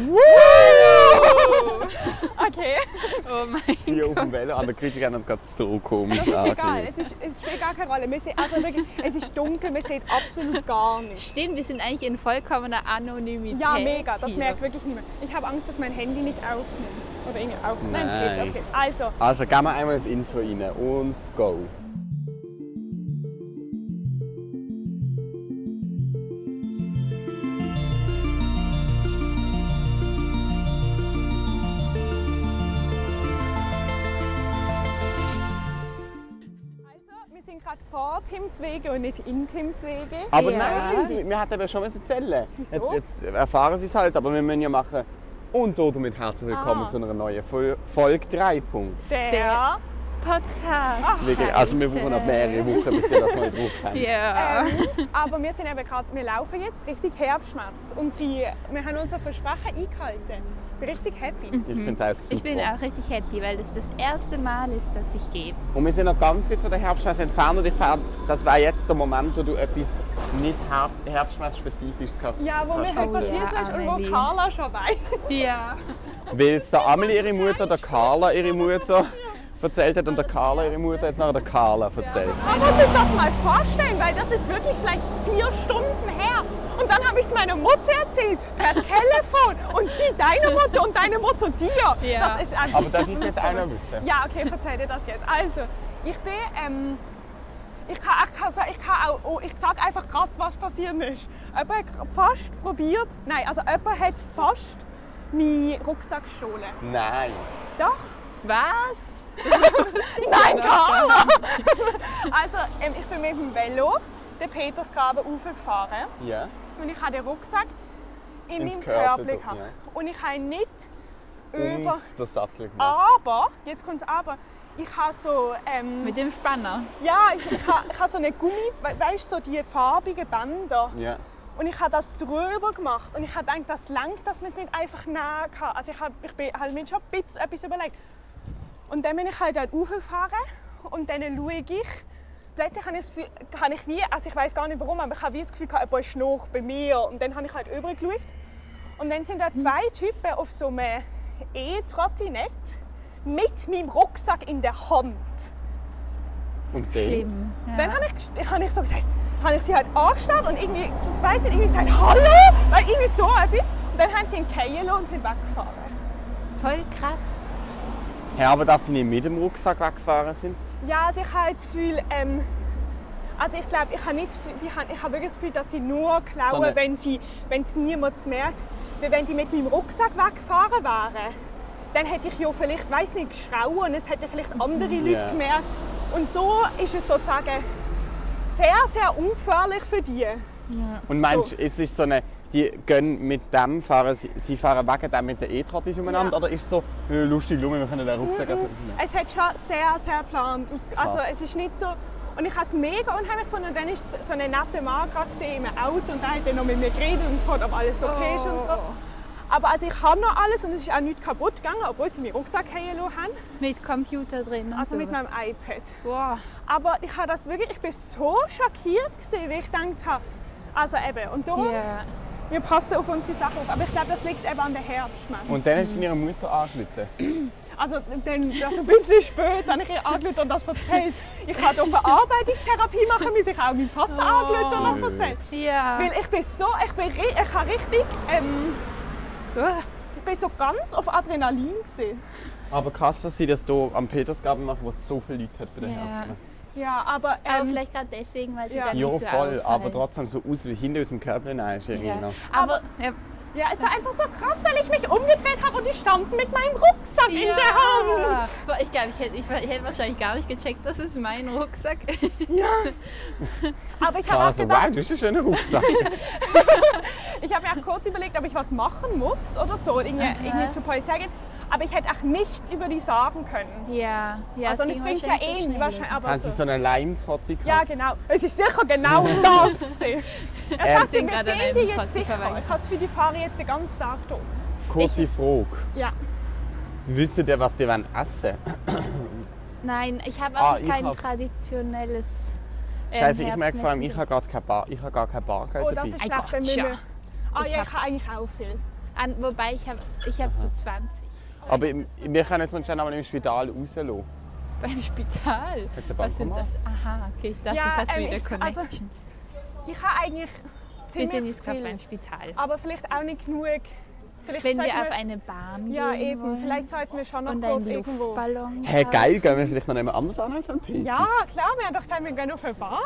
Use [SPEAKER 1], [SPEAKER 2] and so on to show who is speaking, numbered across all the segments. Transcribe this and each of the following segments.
[SPEAKER 1] Okay.
[SPEAKER 2] Oh mein
[SPEAKER 3] Hier auf dem Wellen an der Kritik haben uns gerade so komisch
[SPEAKER 1] Das ist egal.
[SPEAKER 3] angeschaut.
[SPEAKER 1] Es, ist, es spielt gar keine Rolle. Man sieht einfach wirklich, es ist dunkel, man sieht absolut gar nichts.
[SPEAKER 2] Stimmt, wir sind eigentlich in vollkommener Anonymität.
[SPEAKER 1] Ja, mega. Das
[SPEAKER 2] hier.
[SPEAKER 1] merkt wirklich niemand. Ich habe Angst, dass mein Handy nicht aufnimmt. Oder irgendwie aufnimmt. Nein, es
[SPEAKER 3] Nein.
[SPEAKER 1] geht. Okay. Also,
[SPEAKER 3] Also gehen wir einmal ins Intro rein und go.
[SPEAKER 1] also wir sind gerade vor Timswege und nicht in Timswege.
[SPEAKER 3] Aber
[SPEAKER 2] Ja.
[SPEAKER 3] nein, sie- wir hätten eben schon müssen erzählen.
[SPEAKER 1] Wieso?
[SPEAKER 3] Jetzt, jetzt erfahren sie es halt, aber wir müssen ja machen. Und damit herzlich willkommen
[SPEAKER 1] Ah.
[SPEAKER 3] zu einer neuen Fol Folge 3. Punkt.
[SPEAKER 1] Der,
[SPEAKER 2] Der- Podcast.
[SPEAKER 1] Ach,
[SPEAKER 3] Wirklich, also wir brauchen noch
[SPEAKER 2] Scheiße.
[SPEAKER 3] mehrere Wochen, bis wir das mal drauf haben.
[SPEAKER 2] Ja.
[SPEAKER 1] Ähm, aber wir sind eben gerade, wir laufen jetzt richtig Herbstschmerz. Unsere, wir haben unser Versprechen eingehalten. Ich bin richtig happy.
[SPEAKER 3] Ich finde es auch super.
[SPEAKER 2] Ich bin auch richtig happy, weil das das erste Mal ist, dass ich gehe.
[SPEAKER 3] Und wir sind noch ganz bis von der Herbstmesse entfernt und ich fand, das wäre jetzt der Moment, wo du etwas nicht Herb Herbstmesse-spezifisches kannst.
[SPEAKER 1] Ja, wo mir
[SPEAKER 3] kannst
[SPEAKER 1] halt
[SPEAKER 2] Oh,
[SPEAKER 3] erzählen.
[SPEAKER 1] passiert
[SPEAKER 2] ja,
[SPEAKER 1] ist und wo
[SPEAKER 2] Amelie.
[SPEAKER 1] Carla schon weiß.
[SPEAKER 2] Ja.
[SPEAKER 3] Weil es der Amelie ihre Mutter, der Carla ihre Mutter erzählt hat und der Carla ihre Mutter jetzt nachher der Carla erzählt.
[SPEAKER 1] Man muss sich das mal vorstellen, weil das ist wirklich vielleicht vier Stunden her. Und dann habe ich es meiner Mutter erzählt, per Telefon. Und sie deiner Mutter und deine Mutter dir.
[SPEAKER 2] Ja.
[SPEAKER 1] Das ist einfach-
[SPEAKER 3] Aber darf ich jetzt auch noch wissen?
[SPEAKER 1] Ja, okay, verzeih dir das jetzt. Also, ich bin. Ähm, ich kann, ich, kann, sa- ich kann auch, oh, ich sage einfach gerade, was passiert ist. Jemand hat fast probiert, nein, also jemand hat fast meinen Rucksack gestohlen.
[SPEAKER 3] Nein.
[SPEAKER 1] Doch?
[SPEAKER 2] Was?
[SPEAKER 1] Nein, Carla! also, ähm, ich bin mit dem Velo den Petersgraben raufgefahren
[SPEAKER 3] Ja.
[SPEAKER 1] und ich habe den Rucksack in
[SPEAKER 3] Ins
[SPEAKER 1] meinem
[SPEAKER 3] Körbchen
[SPEAKER 1] Körbchen
[SPEAKER 3] doch,
[SPEAKER 1] gehabt.
[SPEAKER 3] ja.
[SPEAKER 1] Und ich habe nicht
[SPEAKER 3] Und
[SPEAKER 1] über...
[SPEAKER 3] der Sattel gemacht.
[SPEAKER 1] Aber, jetzt kommt aber, ich habe so... Ähm,
[SPEAKER 2] Mit dem Spanner.
[SPEAKER 1] Ja, ich, ich habe ich ha so eine Gummi, we weißt du, so die farbigen Bänder.
[SPEAKER 3] Ja.
[SPEAKER 1] Und ich habe das drüber gemacht. Und ich habe gedacht, das langt, dass man es nicht einfach nah kann. Also ich habe ich bin- hab mir schon ein bisschen etwas überlegt. Und dann bin ich halt dort hochgefahren und dann schaue ich. Plötzlich habe ich, das Gefühl- habe ich wie, also ich weiß gar nicht warum, aber ich habe wie das Gefühl, gehabt, jemand ist noch bei mir. Und dann habe ich halt übergeschaut. Und dann sind da zwei Typen auf so einem E-Trottinett mit meinem Rucksack in der Hand.
[SPEAKER 3] Und den?
[SPEAKER 2] Schlimm.
[SPEAKER 1] Dann
[SPEAKER 2] Ja.
[SPEAKER 1] habe ich, gest- habe ich so gesagt, habe ich sie halt angestarrt und irgendwie, ich weiß nicht, irgendwie gesagt, hallo, weil irgendwie so etwas. Und dann haben sie ihn gehen lassen und sind weggefahren.
[SPEAKER 2] Voll krass.
[SPEAKER 3] Ja, aber dass sie nicht mit dem Rucksack weggefahren sind.
[SPEAKER 1] Ja, also ich habe das Gefühl, ähm, also ich glaube, ich habe nicht, das Gefühl- ich habe, ich habe wirklich das Gefühl, dass die nur klauen,
[SPEAKER 3] So eine-
[SPEAKER 1] wenn sie, wenn es niemand merkt. Weil wenn die mit meinem Rucksack weggefahren wären, dann hätte ich ja vielleicht, weiß nicht, geschrauen und es hätten vielleicht andere Leute
[SPEAKER 3] Ja.
[SPEAKER 1] gemerkt. Und so ist es sozusagen sehr, sehr ungefährlich für die.
[SPEAKER 3] Und meinst du, es ist so eine, die gehen mit dem fahren, sie, sie fahren wegen dem mit den E-Trottis umeinander?
[SPEAKER 1] Ja. Mhm.
[SPEAKER 3] Oder ist es so, äh, lustig, schau, wir können den Rucksack einfach rausnehmen?
[SPEAKER 1] Es hat schon sehr, sehr geplant. aus. Also es ist nicht so... Und ich habe es mega unheimlich gefunden. Und dann ist so ein netter Mann gerade gesehen im Auto und der hat dann noch mit mir geredet und gefragt, ob alles okay ist und so. Aber also ich habe noch alles und es ist auch nichts kaputt gegangen, obwohl sie meinen Rucksack hängen lassen haben.
[SPEAKER 2] Mit Computer drin. und
[SPEAKER 1] Also mit
[SPEAKER 2] sowas.
[SPEAKER 1] meinem iPad.
[SPEAKER 2] Boah.
[SPEAKER 1] Aber ich habe das wirklich... Ich bin so schockiert gewesen, wie ich gedacht habe. Also eben. Und darum,
[SPEAKER 2] Ja.
[SPEAKER 1] wir passen auf unsere Sachen auf. Aber ich glaube, das liegt eben an der Herbstmesse.
[SPEAKER 3] Und dann hast du deine Mutter angeschnitten.
[SPEAKER 1] Also dann, also ein bisschen später habe ich ihr angerufen und das erzählt. Ich musste auf Verarbeitungstherapie machen, müssen ich habe auch meinen Vater angerufen und das erzählt.
[SPEAKER 2] Oh. Ja.
[SPEAKER 1] Weil ich bin so, ich bin, ri- ich habe richtig, ähm,
[SPEAKER 2] Oh.
[SPEAKER 1] ich bin so ganz auf Adrenalin gesehen.
[SPEAKER 3] Aber krass, dass sie das hier am Petersgraben machen, wo es so viele Leute hat bei der
[SPEAKER 2] Ja.
[SPEAKER 3] Herbstmesse.
[SPEAKER 1] Ja, aber, ähm,
[SPEAKER 2] Aber vielleicht gerade deswegen, weil sie
[SPEAKER 1] Ja.
[SPEAKER 2] dann
[SPEAKER 3] Ja,
[SPEAKER 2] nicht so
[SPEAKER 3] voll, aber
[SPEAKER 2] auffallen.
[SPEAKER 3] trotzdem so aus wie hinten aus dem Körbchen rein ist irgendwie ne?
[SPEAKER 2] Ja.
[SPEAKER 3] noch.
[SPEAKER 2] Aber ja,
[SPEAKER 1] ja, es war einfach so krass, weil ich mich umgedreht habe und die standen mit meinem Rucksack in der Hand.
[SPEAKER 2] Boah, Ich glaube, ich hätte, ich, ich hätte wahrscheinlich gar nicht gecheckt, dass es mein Rucksack ist.
[SPEAKER 1] Aber ich habe auch
[SPEAKER 3] Also, wow,
[SPEAKER 1] gedacht,
[SPEAKER 3] du hast einen schönen Rucksack.
[SPEAKER 1] ich habe mir auch kurz überlegt, ob ich was machen muss oder so, und irgendwie, irgendwie zur Polizei gehen. Aber ich hätte auch nichts über die sagen können.
[SPEAKER 2] Ja, ja.
[SPEAKER 1] Also und es
[SPEAKER 2] ging
[SPEAKER 1] bringt ja
[SPEAKER 2] wahrscheinlich so
[SPEAKER 1] eh
[SPEAKER 2] schnell.
[SPEAKER 1] wahrscheinlich, aber
[SPEAKER 3] Haben
[SPEAKER 1] so.
[SPEAKER 3] sie so einen Leimtrotti gehabt?
[SPEAKER 1] Ja, genau. Es ist sicher genau das gesehen.
[SPEAKER 3] Ähm,
[SPEAKER 1] Das heißt,
[SPEAKER 2] Sind
[SPEAKER 1] wir
[SPEAKER 2] gerade
[SPEAKER 1] sehen
[SPEAKER 2] an
[SPEAKER 1] die
[SPEAKER 2] einem
[SPEAKER 1] jetzt
[SPEAKER 2] Podcast
[SPEAKER 1] sicher.
[SPEAKER 2] vorbei.
[SPEAKER 1] Ich habe für die Fahrer jetzt den ganzen Tag da.
[SPEAKER 3] Kurze Frage.
[SPEAKER 1] Ja.
[SPEAKER 3] Wisst ihr, was die wollen essen
[SPEAKER 2] Nein, ich habe
[SPEAKER 3] Ah,
[SPEAKER 2] auch
[SPEAKER 3] ich
[SPEAKER 2] kein
[SPEAKER 3] hab-
[SPEAKER 2] traditionelles. ähm,
[SPEAKER 3] Scheiße, ich merke vor allem,
[SPEAKER 2] Herbstmessen
[SPEAKER 3] ich habe gar kein Bar, ich habe gar kein Bargeld
[SPEAKER 1] Oh, das
[SPEAKER 3] dabei.
[SPEAKER 1] ist
[SPEAKER 2] Ei
[SPEAKER 1] schlecht. Dann
[SPEAKER 2] Gott,
[SPEAKER 1] müssen wir.
[SPEAKER 2] ja.
[SPEAKER 1] Ah
[SPEAKER 2] Ich
[SPEAKER 1] ja,
[SPEAKER 2] hab-
[SPEAKER 1] ich habe eigentlich auch viel.
[SPEAKER 2] An, wobei ich habe ich hab so 20.
[SPEAKER 3] Aber
[SPEAKER 2] das
[SPEAKER 3] im-
[SPEAKER 2] ist das
[SPEAKER 3] wir können jetzt uns schon einmal im Spital rauslassen.
[SPEAKER 2] Beim Spital.
[SPEAKER 3] Hat's ein
[SPEAKER 2] Was sind
[SPEAKER 3] Bankomat?
[SPEAKER 2] das? Aha, okay, ich dachte,
[SPEAKER 1] Ja,
[SPEAKER 2] das hast du
[SPEAKER 1] ähm,
[SPEAKER 2] wieder
[SPEAKER 1] ich- also-
[SPEAKER 2] Connection.
[SPEAKER 1] Ich habe eigentlich
[SPEAKER 2] wir
[SPEAKER 1] ziemlich
[SPEAKER 2] sind jetzt gerade
[SPEAKER 1] viel,
[SPEAKER 2] beim Spital.
[SPEAKER 1] aber vielleicht auch nicht genug. Vielleicht
[SPEAKER 2] Wenn
[SPEAKER 1] sollten
[SPEAKER 2] wir auf eine Bahn
[SPEAKER 1] Ja,
[SPEAKER 2] gehen
[SPEAKER 1] eben.
[SPEAKER 2] wollen
[SPEAKER 1] Vielleicht sollten wir schon noch
[SPEAKER 2] und
[SPEAKER 1] kurz
[SPEAKER 2] einen
[SPEAKER 1] irgendwo.
[SPEAKER 2] Luftballon.
[SPEAKER 3] Hey,
[SPEAKER 2] haben.
[SPEAKER 3] geil, gehen wir vielleicht noch jemand anders an als am Peter?
[SPEAKER 1] Ja, klar, wir haben doch gesagt, wir gehen auf eine Bahn.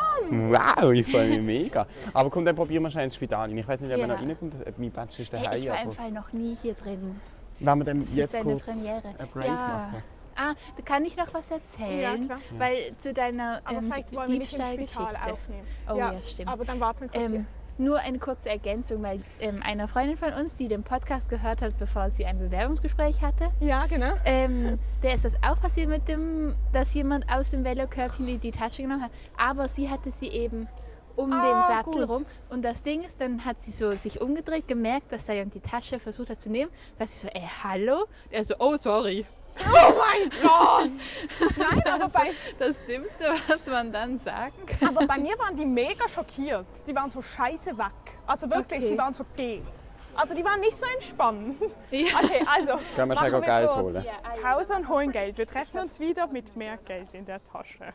[SPEAKER 3] Wow, ich freue mich mega. Aber komm, dann probieren wir schnell ins Spital rein. Ich weiß nicht, ob
[SPEAKER 2] Ja.
[SPEAKER 3] wir noch reinkommt, ob mein Batsch ist
[SPEAKER 2] Hey, ich war
[SPEAKER 3] daheim.
[SPEAKER 2] im Fall noch nie hier drin.
[SPEAKER 3] Wenn wir dann
[SPEAKER 2] Das
[SPEAKER 3] jetzt
[SPEAKER 2] ist eine
[SPEAKER 3] kurz Äh.
[SPEAKER 2] Premiere.
[SPEAKER 3] einen Break
[SPEAKER 2] ja.
[SPEAKER 3] machen.
[SPEAKER 2] Ah, da kann ich noch was erzählen?
[SPEAKER 1] Ja, klar.
[SPEAKER 2] Weil zu deiner
[SPEAKER 1] Aber
[SPEAKER 2] ähm,
[SPEAKER 1] vielleicht wollen wir nicht im Spital
[SPEAKER 2] Diebstahlgeschichte.
[SPEAKER 1] aufnehmen.
[SPEAKER 2] Oh ja, stimmt.
[SPEAKER 1] Aber dann warten wir kurz.
[SPEAKER 2] Ähm,
[SPEAKER 1] hier.
[SPEAKER 2] nur eine kurze Ergänzung, weil ähm, einer Freundin von uns, die den Podcast gehört hat, bevor sie ein Bewerbungsgespräch hatte,
[SPEAKER 1] ja, genau.
[SPEAKER 2] ähm, der ist das auch passiert mit dem, dass jemand aus dem Velokörbchen die, die Tasche genommen hat. Aber sie hatte sie eben um den
[SPEAKER 1] Ah,
[SPEAKER 2] Sattel
[SPEAKER 1] gut.
[SPEAKER 2] rum. Und das Ding ist, dann hat sie so sich umgedreht, gemerkt, dass er die Tasche versucht hat zu nehmen. Dass sie so, ey, hallo? Und er so, oh, sorry.
[SPEAKER 1] Oh mein Gott! Nein, aber bei,
[SPEAKER 2] Das Dümmste, was man dann sagen kann.
[SPEAKER 1] aber bei mir waren die mega schockiert. Die waren so scheiße weg. Also wirklich,
[SPEAKER 2] Okay.
[SPEAKER 1] sie waren so geh. Also die waren nicht so entspannt.
[SPEAKER 2] Ja.
[SPEAKER 1] Okay, also.
[SPEAKER 3] Können wir schnell
[SPEAKER 1] machen
[SPEAKER 3] Geld
[SPEAKER 1] kurz
[SPEAKER 3] holen?
[SPEAKER 2] Ja, ah, ja.
[SPEAKER 1] Pause und holen Geld. Wir treffen uns wieder mit mehr Geld in der Tasche.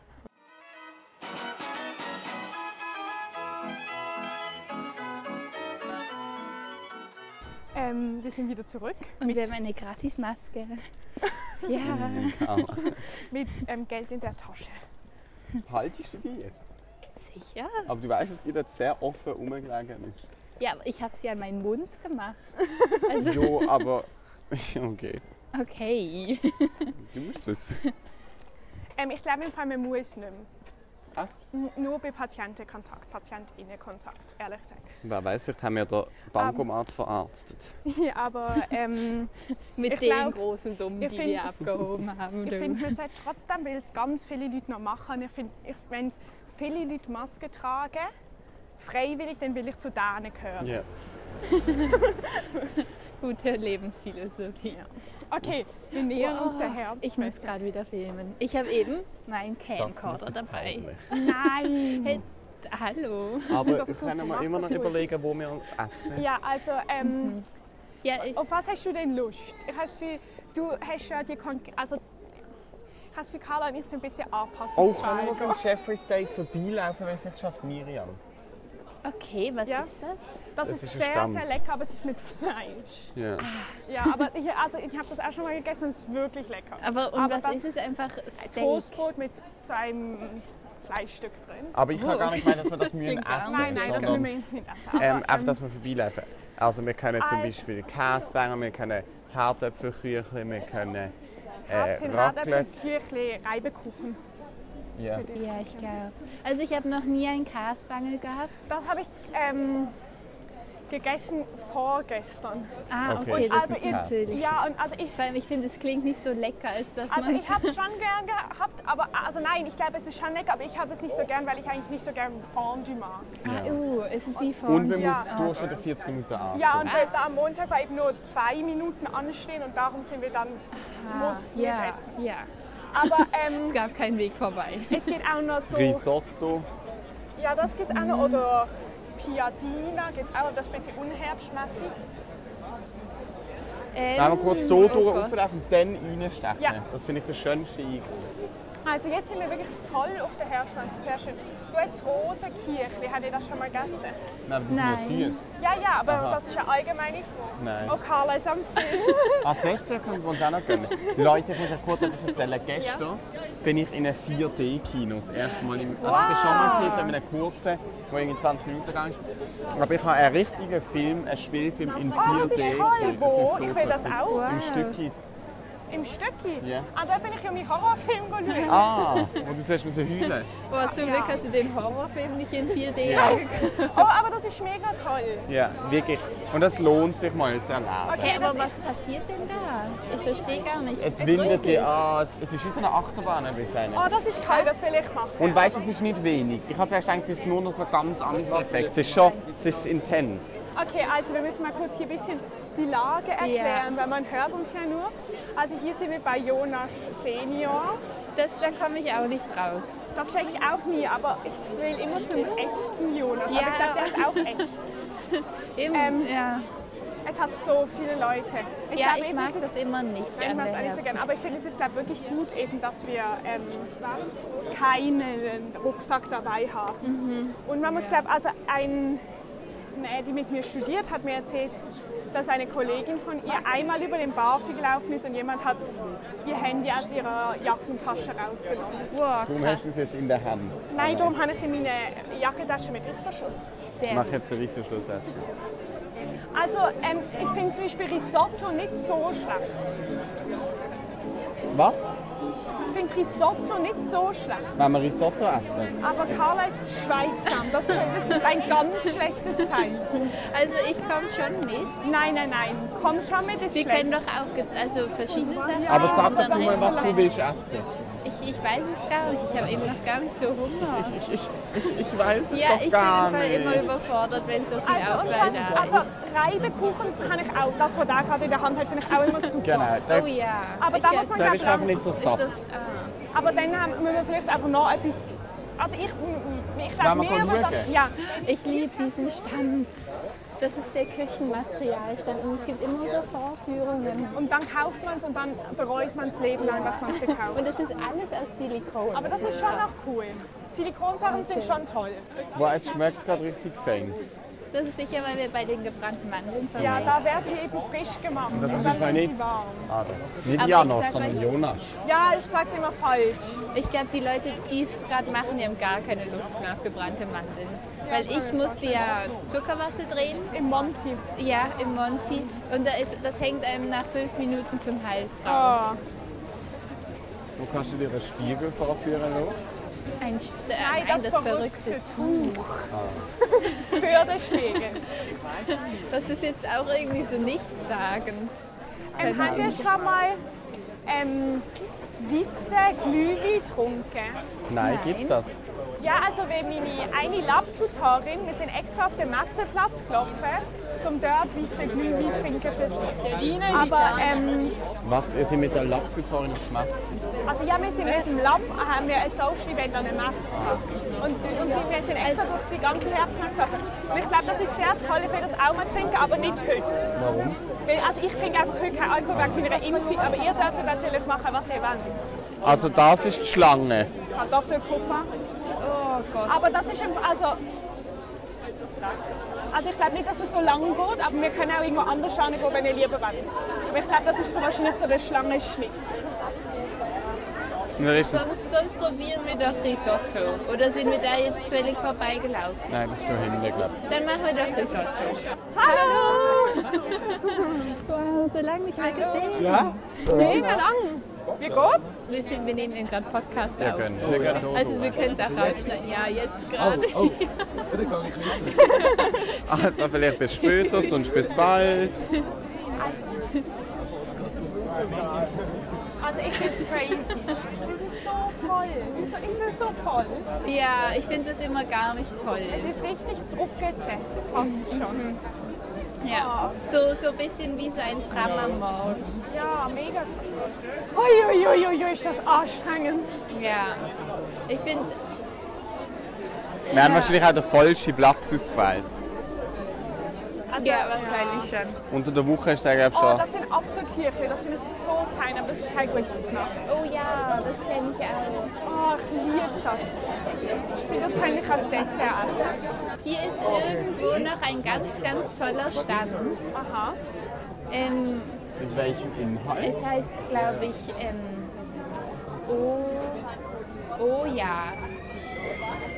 [SPEAKER 1] Ähm, wir sind wieder zurück
[SPEAKER 2] Und wir
[SPEAKER 1] mit,
[SPEAKER 2] haben eine Gratismaske. Ja.
[SPEAKER 3] Ah,
[SPEAKER 1] mit ähm, Geld in der Tasche.
[SPEAKER 3] Haltest du die jetzt?
[SPEAKER 2] Sicher?
[SPEAKER 3] Aber du weißt, dass die dort sehr offen rumgelegen ist.
[SPEAKER 2] Ja, aber ich habe sie an meinen Mund gemacht. Also,
[SPEAKER 3] Jo, aber. Okay,
[SPEAKER 2] okay.
[SPEAKER 3] du musst wissen.
[SPEAKER 1] Ähm, ich glaube, im Fall, man muss nicht mehr.
[SPEAKER 3] Ach.
[SPEAKER 1] N- Nur bei Patientenkontakt, Patientinnenkontakt, ehrlich gesagt.
[SPEAKER 3] Wer weiß, vielleicht haben wir den Bankomat verarztet.
[SPEAKER 1] Ja, aber ähm,
[SPEAKER 2] Mit
[SPEAKER 1] Ich
[SPEAKER 2] den
[SPEAKER 1] glaub,
[SPEAKER 2] großen Summen,
[SPEAKER 1] ihr
[SPEAKER 2] die
[SPEAKER 1] findet-
[SPEAKER 2] wir abgehoben haben.
[SPEAKER 1] ich
[SPEAKER 2] du.
[SPEAKER 1] finde, man sollte trotzdem, weil es ganz viele Leute noch machen, ich finde, ich, wenn viele Leute Masken tragen, freiwillig, dann will ich zu denen gehören.
[SPEAKER 3] Ja.
[SPEAKER 2] Gute Lebensphilosophie.
[SPEAKER 1] Okay, wir nähern uns
[SPEAKER 2] Oh,
[SPEAKER 1] der Herbst.
[SPEAKER 2] ich muss gerade wieder filmen. Ich habe eben meinen Camcorder dabei.
[SPEAKER 1] Nein!
[SPEAKER 2] Hey, hallo.
[SPEAKER 3] Aber
[SPEAKER 1] Das
[SPEAKER 3] wir
[SPEAKER 1] ist super,
[SPEAKER 3] können
[SPEAKER 1] mach
[SPEAKER 3] mal immer noch
[SPEAKER 1] das ruhig.
[SPEAKER 3] überlegen, wo wir essen.
[SPEAKER 1] Ja, also, ähm,
[SPEAKER 2] Ja, Mhm. ich,
[SPEAKER 1] auf was hast du denn Lust? Ich habe das Gefühl, du hast ja die Kon also, ich habe das Gefühl, Carla und ich sind ein bisschen anpassend.
[SPEAKER 3] Oh, können wir beim Jeffrey Steak vorbeilaufen, weil vielleicht schafft Miriam.
[SPEAKER 2] okay, was
[SPEAKER 1] Ja.
[SPEAKER 2] ist das?
[SPEAKER 1] Das
[SPEAKER 3] Das
[SPEAKER 1] ist,
[SPEAKER 3] ist ein
[SPEAKER 1] sehr,
[SPEAKER 3] Stamm.
[SPEAKER 1] sehr lecker, aber es ist mit Fleisch.
[SPEAKER 3] Ja.
[SPEAKER 1] Ja, aber ich, also ich habe das auch schon mal gegessen und es ist wirklich lecker.
[SPEAKER 2] Aber, und
[SPEAKER 1] Aber
[SPEAKER 2] was
[SPEAKER 1] das-
[SPEAKER 2] ist es einfach?
[SPEAKER 1] Ein
[SPEAKER 2] Steak.
[SPEAKER 1] Toastbrot mit so einem Fleischstück drin.
[SPEAKER 3] Aber ich kann
[SPEAKER 2] Oh.
[SPEAKER 3] gar nicht meinen, dass wir das,
[SPEAKER 2] Das
[SPEAKER 3] müssen
[SPEAKER 2] klingt gar
[SPEAKER 3] essen
[SPEAKER 1] Nein, nein, das müssen
[SPEAKER 3] sondern,
[SPEAKER 1] wir jetzt nicht essen. Aber,
[SPEAKER 3] ähm, Einfach, dass wir vorbeilaufen. Also wir können zum
[SPEAKER 1] also-
[SPEAKER 3] Beispiel Käsebanger, wir können Hartöpfelküchli, wir können äh,
[SPEAKER 1] Herzchen,
[SPEAKER 3] Raclette.
[SPEAKER 1] Radäpfelkirchli, Reibekuchen.
[SPEAKER 3] Ja.
[SPEAKER 2] Ja, ich glaube. Also ich habe noch nie einen Kasbangel gehabt.
[SPEAKER 1] Das habe ich ähm, gegessen vorgestern.
[SPEAKER 2] Ah,
[SPEAKER 3] Okay,
[SPEAKER 2] okay,
[SPEAKER 3] das
[SPEAKER 2] das
[SPEAKER 1] Aber
[SPEAKER 3] ist
[SPEAKER 2] ist
[SPEAKER 1] ihr-
[SPEAKER 2] natürlich.
[SPEAKER 1] Ja, und also ich,
[SPEAKER 2] Vor allem, ich finde, es klingt nicht so lecker, als dass
[SPEAKER 1] also
[SPEAKER 2] man
[SPEAKER 1] ich habe es schon gern gehabt, aber also nein, ich glaube, es ist schon lecker, aber ich habe es nicht so gern, weil ich eigentlich nicht so gern Fondue mag.
[SPEAKER 2] Ah, uh, es ist wie
[SPEAKER 3] Und wir
[SPEAKER 2] Fondue.
[SPEAKER 1] Ja.
[SPEAKER 3] müssen durchschnittlich 40 Minuten atmen.
[SPEAKER 1] Ja, und weil
[SPEAKER 2] Was?
[SPEAKER 1] da am Montag war eben nur zwei Minuten anstehen und darum sind wir dann, mussten wir
[SPEAKER 2] Ah, ja,
[SPEAKER 1] es essen.
[SPEAKER 2] ja.
[SPEAKER 1] Aber
[SPEAKER 2] Es
[SPEAKER 1] ähm,
[SPEAKER 2] gab keinen Weg vorbei.
[SPEAKER 1] es geht auch noch so, Ähm,
[SPEAKER 3] Risotto.
[SPEAKER 1] ja, das geht auch noch, oder Piadina geht auch, aber das ist ein bisschen unherbstmäßig.
[SPEAKER 2] Ähm,
[SPEAKER 3] Wenn wir kurz hier durch
[SPEAKER 2] Gott.
[SPEAKER 3] auflaufen und dann reinstechen.
[SPEAKER 1] oh Ja.
[SPEAKER 3] Das finde ich das schönste Eingriff.
[SPEAKER 1] Also jetzt sind wir wirklich voll auf der Herbstmäßig, sehr schön. Du hast Rosenkirchli, habt ihr das schon mal gegessen?
[SPEAKER 3] Nein, das ist nur
[SPEAKER 2] Nein.
[SPEAKER 3] süß.
[SPEAKER 1] Ja, ja, aber
[SPEAKER 3] Aha.
[SPEAKER 1] das ist eine allgemeine Frage.
[SPEAKER 3] Nein.
[SPEAKER 1] Oh, Carla ist am
[SPEAKER 3] Ah, deswegen können wir uns auch noch gönnen. Leute, ich muss euch kurz etwas erzählen. Gestern bin ich in einem 4D-Kino. Das erste Mal. Im, also ich bin schon mal gesehen, so in einem kurzen, wo irgendwie 20 Minuten gegangen ist. Aber ich habe einen richtigen Film, einen Spielfilm in 4D
[SPEAKER 1] Oh, das ist toll.
[SPEAKER 3] gesehen.
[SPEAKER 1] Wo?
[SPEAKER 3] ist so
[SPEAKER 1] ich will das
[SPEAKER 3] cool.
[SPEAKER 1] auch.
[SPEAKER 3] Im
[SPEAKER 2] Wow.
[SPEAKER 3] Stückis.
[SPEAKER 1] Im Stückchen.
[SPEAKER 3] Ja.
[SPEAKER 1] Und da bin ich ja meinen Horrorfilm schauen.
[SPEAKER 3] Ah, wo du sollst müssen heulen.
[SPEAKER 2] Boah, Oh, zum Glück hast du den Horrorfilm nicht in 4D
[SPEAKER 3] Ja.
[SPEAKER 2] angeguckt.
[SPEAKER 1] Oh, aber das ist mega toll.
[SPEAKER 3] Ja, wirklich. Und das lohnt sich mal zu erleben.
[SPEAKER 1] Okay,
[SPEAKER 2] Aber
[SPEAKER 1] das
[SPEAKER 2] was passiert denn da? Ich verstehe gar nicht.
[SPEAKER 3] Es
[SPEAKER 2] So
[SPEAKER 3] windet dich
[SPEAKER 2] geht's.
[SPEAKER 3] an. Es- Es ist wie so eine Achterbahn, würde ich sagen.
[SPEAKER 1] Oh, das ist toll, das will ich machen.
[SPEAKER 3] Und weißt du, es ist nicht wenig. Ich habe zuerst gedacht, es ist nur noch so ganz anderes Effekt. Es ist schon, es ist intens.
[SPEAKER 1] Okay, also wir müssen mal kurz hier ein bisschen die Lage erklären, weil man hört uns ja nur. Also hier sind wir bei Jonas Senior.
[SPEAKER 2] Das, da komme ich auch nicht raus.
[SPEAKER 1] Das checke ich auch nie, aber ich will immer zum echten Jonas.
[SPEAKER 2] Ja.
[SPEAKER 1] Aber ich glaube, der ist auch echt.
[SPEAKER 2] Eben, Ähm, ja.
[SPEAKER 1] es hat so viele Leute. Ich
[SPEAKER 2] ja,
[SPEAKER 1] glaube
[SPEAKER 2] ich
[SPEAKER 1] eben,
[SPEAKER 2] mag
[SPEAKER 1] es
[SPEAKER 2] das
[SPEAKER 1] ist,
[SPEAKER 2] immer nicht.
[SPEAKER 1] Nein, ich
[SPEAKER 2] an
[SPEAKER 1] mag es
[SPEAKER 2] der
[SPEAKER 1] auch nicht so gerne. Aber ich finde, es ist glaub, wirklich gut, eben, dass wir ähm, keinen Rucksack dabei haben. Und man muss, glaube also ein, ne, die mit mir studiert, hat mir erzählt, dass eine Kollegin von ihr einmal über den Barfi gelaufen ist und jemand hat ihr Handy aus ihrer Jackentasche rausgenommen.
[SPEAKER 2] Wow,
[SPEAKER 3] Warum hast du es
[SPEAKER 2] krass.
[SPEAKER 3] jetzt in der Hand?
[SPEAKER 1] Nein, darum habe ich sie in meine Jackentasche mit Rissverschluss.
[SPEAKER 3] Ich
[SPEAKER 2] Sehr
[SPEAKER 3] mache jetzt den Rissverschluss jetzt.
[SPEAKER 1] Also ähm, ich finde zum Beispiel Risotto nicht so schlecht.
[SPEAKER 3] Was?
[SPEAKER 1] Ich finde Risotto nicht so schlecht.
[SPEAKER 3] Wenn wir Risotto essen?
[SPEAKER 1] Aber Carla ist schweigsam. Das, das ist ein ganz schlechtes Zeichen.
[SPEAKER 2] Also ich komme schon mit.
[SPEAKER 1] Nein, nein, nein. Komm schon mit, ist
[SPEAKER 2] Wir
[SPEAKER 1] schlecht.
[SPEAKER 2] können doch auch ge- also verschiedene Sachen
[SPEAKER 1] Ja.
[SPEAKER 3] Aber
[SPEAKER 2] machen
[SPEAKER 3] sag
[SPEAKER 2] und
[SPEAKER 3] doch
[SPEAKER 2] dann
[SPEAKER 3] du mal, was du
[SPEAKER 2] Einzelne.
[SPEAKER 3] willst essen.
[SPEAKER 2] Ich, ich weiß es gar nicht. Ich habe eben noch gar nicht so Hunger.
[SPEAKER 3] Ich, ich, ich, ich weiß es
[SPEAKER 2] Ja, ich
[SPEAKER 3] doch
[SPEAKER 2] bin
[SPEAKER 3] gar
[SPEAKER 2] im Fall immer
[SPEAKER 3] nicht.
[SPEAKER 2] überfordert, wenn so viel
[SPEAKER 1] also, und
[SPEAKER 2] Auswahl
[SPEAKER 1] sonst,
[SPEAKER 2] da ist.
[SPEAKER 1] also Reibekuchen kann ich auch. Das, was da gerade in der Hand hat, finde ich auch immer super.
[SPEAKER 3] Genau, da,
[SPEAKER 2] Oh ja.
[SPEAKER 1] Aber
[SPEAKER 2] Ich
[SPEAKER 1] da
[SPEAKER 2] glaub,
[SPEAKER 1] muss man
[SPEAKER 3] da
[SPEAKER 1] glaub,
[SPEAKER 3] bist du einfach
[SPEAKER 1] lang-
[SPEAKER 3] nicht so
[SPEAKER 2] ist
[SPEAKER 3] satt.
[SPEAKER 2] das-
[SPEAKER 1] äh,
[SPEAKER 2] ah.
[SPEAKER 1] Aber dann haben- müssen wir vielleicht einfach noch etwas... Also ich, ich
[SPEAKER 3] Wollen
[SPEAKER 1] glaube, mir
[SPEAKER 3] wir kurz
[SPEAKER 1] würde das...
[SPEAKER 3] schauen?
[SPEAKER 1] Ja,
[SPEAKER 2] Ich liebe diesen Stand. Das ist der Küchenmaterialstand. Und es gibt immer so Vorführungen.
[SPEAKER 1] und dann kauft man es und dann bereut man das Leben lang, dass man es gekauft hat.
[SPEAKER 2] Und es ist alles aus Silikon.
[SPEAKER 1] Genau. Aber das ist schon auch cool. Silikonsachen sind schon toll.
[SPEAKER 3] Boah, es schmeckt gerade richtig fein.
[SPEAKER 2] Das ist sicher, weil wir bei den gebrannten Mandeln
[SPEAKER 1] Ja,
[SPEAKER 2] vermeiden.
[SPEAKER 1] da werden die eben frisch gemacht und
[SPEAKER 3] Genau. ist
[SPEAKER 1] dann
[SPEAKER 3] mein
[SPEAKER 1] sind sie
[SPEAKER 3] Lied.
[SPEAKER 1] warm.
[SPEAKER 3] Aber nicht
[SPEAKER 2] Aber ich
[SPEAKER 3] Janos,
[SPEAKER 2] sag
[SPEAKER 3] sondern
[SPEAKER 2] euch-
[SPEAKER 3] Jonas.
[SPEAKER 1] Ja, ich sag's immer falsch.
[SPEAKER 2] Ich glaube, die Leute, die es gerade machen, die haben gar keine Lust mehr auf gebrannte Mandeln. Weil
[SPEAKER 1] das kann
[SPEAKER 2] ich
[SPEAKER 1] ich
[SPEAKER 2] musste ja Zuckerwatte drehen,
[SPEAKER 1] Im Monty.
[SPEAKER 2] ja, im Monty. Und da ist, das hängt einem nach fünf Minuten zum Hals
[SPEAKER 1] Ah.
[SPEAKER 2] raus.
[SPEAKER 3] Wo kannst du dir einen Spiegel vorführen? Lo?
[SPEAKER 2] Ein, Sp- äh,
[SPEAKER 1] Nein,
[SPEAKER 2] nein,
[SPEAKER 1] das,
[SPEAKER 2] verrückte.
[SPEAKER 1] verrückte Tuch. Für den Spiegel. Ähm,
[SPEAKER 2] Das ist jetzt auch irgendwie so nichtssagend.
[SPEAKER 1] ähm, habt ihr schon mal ähm, Wisse Glühwein getrunken?
[SPEAKER 3] Nein, gibt's das?
[SPEAKER 1] Ja, also wir meine eine Lab-Tutorin, wir sind extra auf den Massenplatz gelaufen, um dort Wisse Glühwein zu trinken für sie. Aber ähm,
[SPEAKER 3] Was? Ihr seid mit der Lapptutorin auf Messe?
[SPEAKER 1] Also ja, wir sind mit dem Lab, haben wir ein Social Event an der Messe gemacht. Und, und sind, wir sind extra durch die ganze Herbstmesse gelaufen. Und ich glaube, das ist sehr toll, ich will das auch mal trinken, aber nicht heute.
[SPEAKER 3] Warum?
[SPEAKER 1] Weil, also ich trinke einfach heute keinen Alkohol wegen meiner Impfung, aber ihr dürft natürlich machen, was ihr wollt.
[SPEAKER 3] Also das ist die Schlange.
[SPEAKER 1] Kartoffelpuffer.
[SPEAKER 2] Oh Gott.
[SPEAKER 1] Aber das ist, einfach- also... Also ich glaube nicht, dass es so lang geht, aber wir können auch irgendwo anders schauen, wo wir lieber wollen. Aber ich glaube, das ist so wahrscheinlich so der Schlangenschnitt.
[SPEAKER 3] Nur ist es...
[SPEAKER 2] Also Sonst, sonst probieren wir doch Risotto. Oder sind wir da jetzt völlig vorbeigelaufen?
[SPEAKER 3] Nein, bist du hinten, glaube
[SPEAKER 2] Dann machen wir doch Risotto.
[SPEAKER 1] Hallo!
[SPEAKER 2] Wow, so lange nicht mehr gesehen.
[SPEAKER 3] Ja?
[SPEAKER 1] Nehmen lang! Wie geht's?
[SPEAKER 2] Wir, sind, wir nehmen gerade Podcast
[SPEAKER 3] Wir
[SPEAKER 2] auf.
[SPEAKER 3] können. Wir können.
[SPEAKER 2] Also wir können es auch rausschneiden. Ja, jetzt gerade.
[SPEAKER 4] Oh, oh, dann gehe ich weiter.
[SPEAKER 3] Also vielleicht bis später, sonst bis bald.
[SPEAKER 1] Also ich find's crazy. Es ist so voll. Wieso ist es so voll?
[SPEAKER 2] Ja, ich finde das immer gar nicht toll.
[SPEAKER 1] Es ist richtig Druckete, fast
[SPEAKER 2] Mhm.
[SPEAKER 1] schon.
[SPEAKER 2] Ja. So, so ein bisschen wie so ein Tram am Morgen.
[SPEAKER 1] Ja, mega. Uiuiuiui, ist das anstrengend.
[SPEAKER 2] Ja. Ich finde,
[SPEAKER 3] Wir haben wahrscheinlich auch den falschen Platz ausgewählt.
[SPEAKER 1] Also,
[SPEAKER 2] ja, wahrscheinlich schon.
[SPEAKER 3] Unter der Woche ist der, glaube
[SPEAKER 1] Oh,
[SPEAKER 3] ich,
[SPEAKER 1] das sind Apfelkirche, das finde ich so fein, aber das ist kein gutes Nacht.
[SPEAKER 2] Oh ja, das kenne ich auch.
[SPEAKER 1] Oh, ich liebe das. Ich finde, das kann ich als Dessert essen.
[SPEAKER 2] Hier ist irgendwo noch ein ganz, ganz toller Stand.
[SPEAKER 1] Aha.
[SPEAKER 2] Ähm,
[SPEAKER 3] schon... Mit welchem Inhalt?
[SPEAKER 2] Es heißt, glaube ich, ähm, oh, oh ja.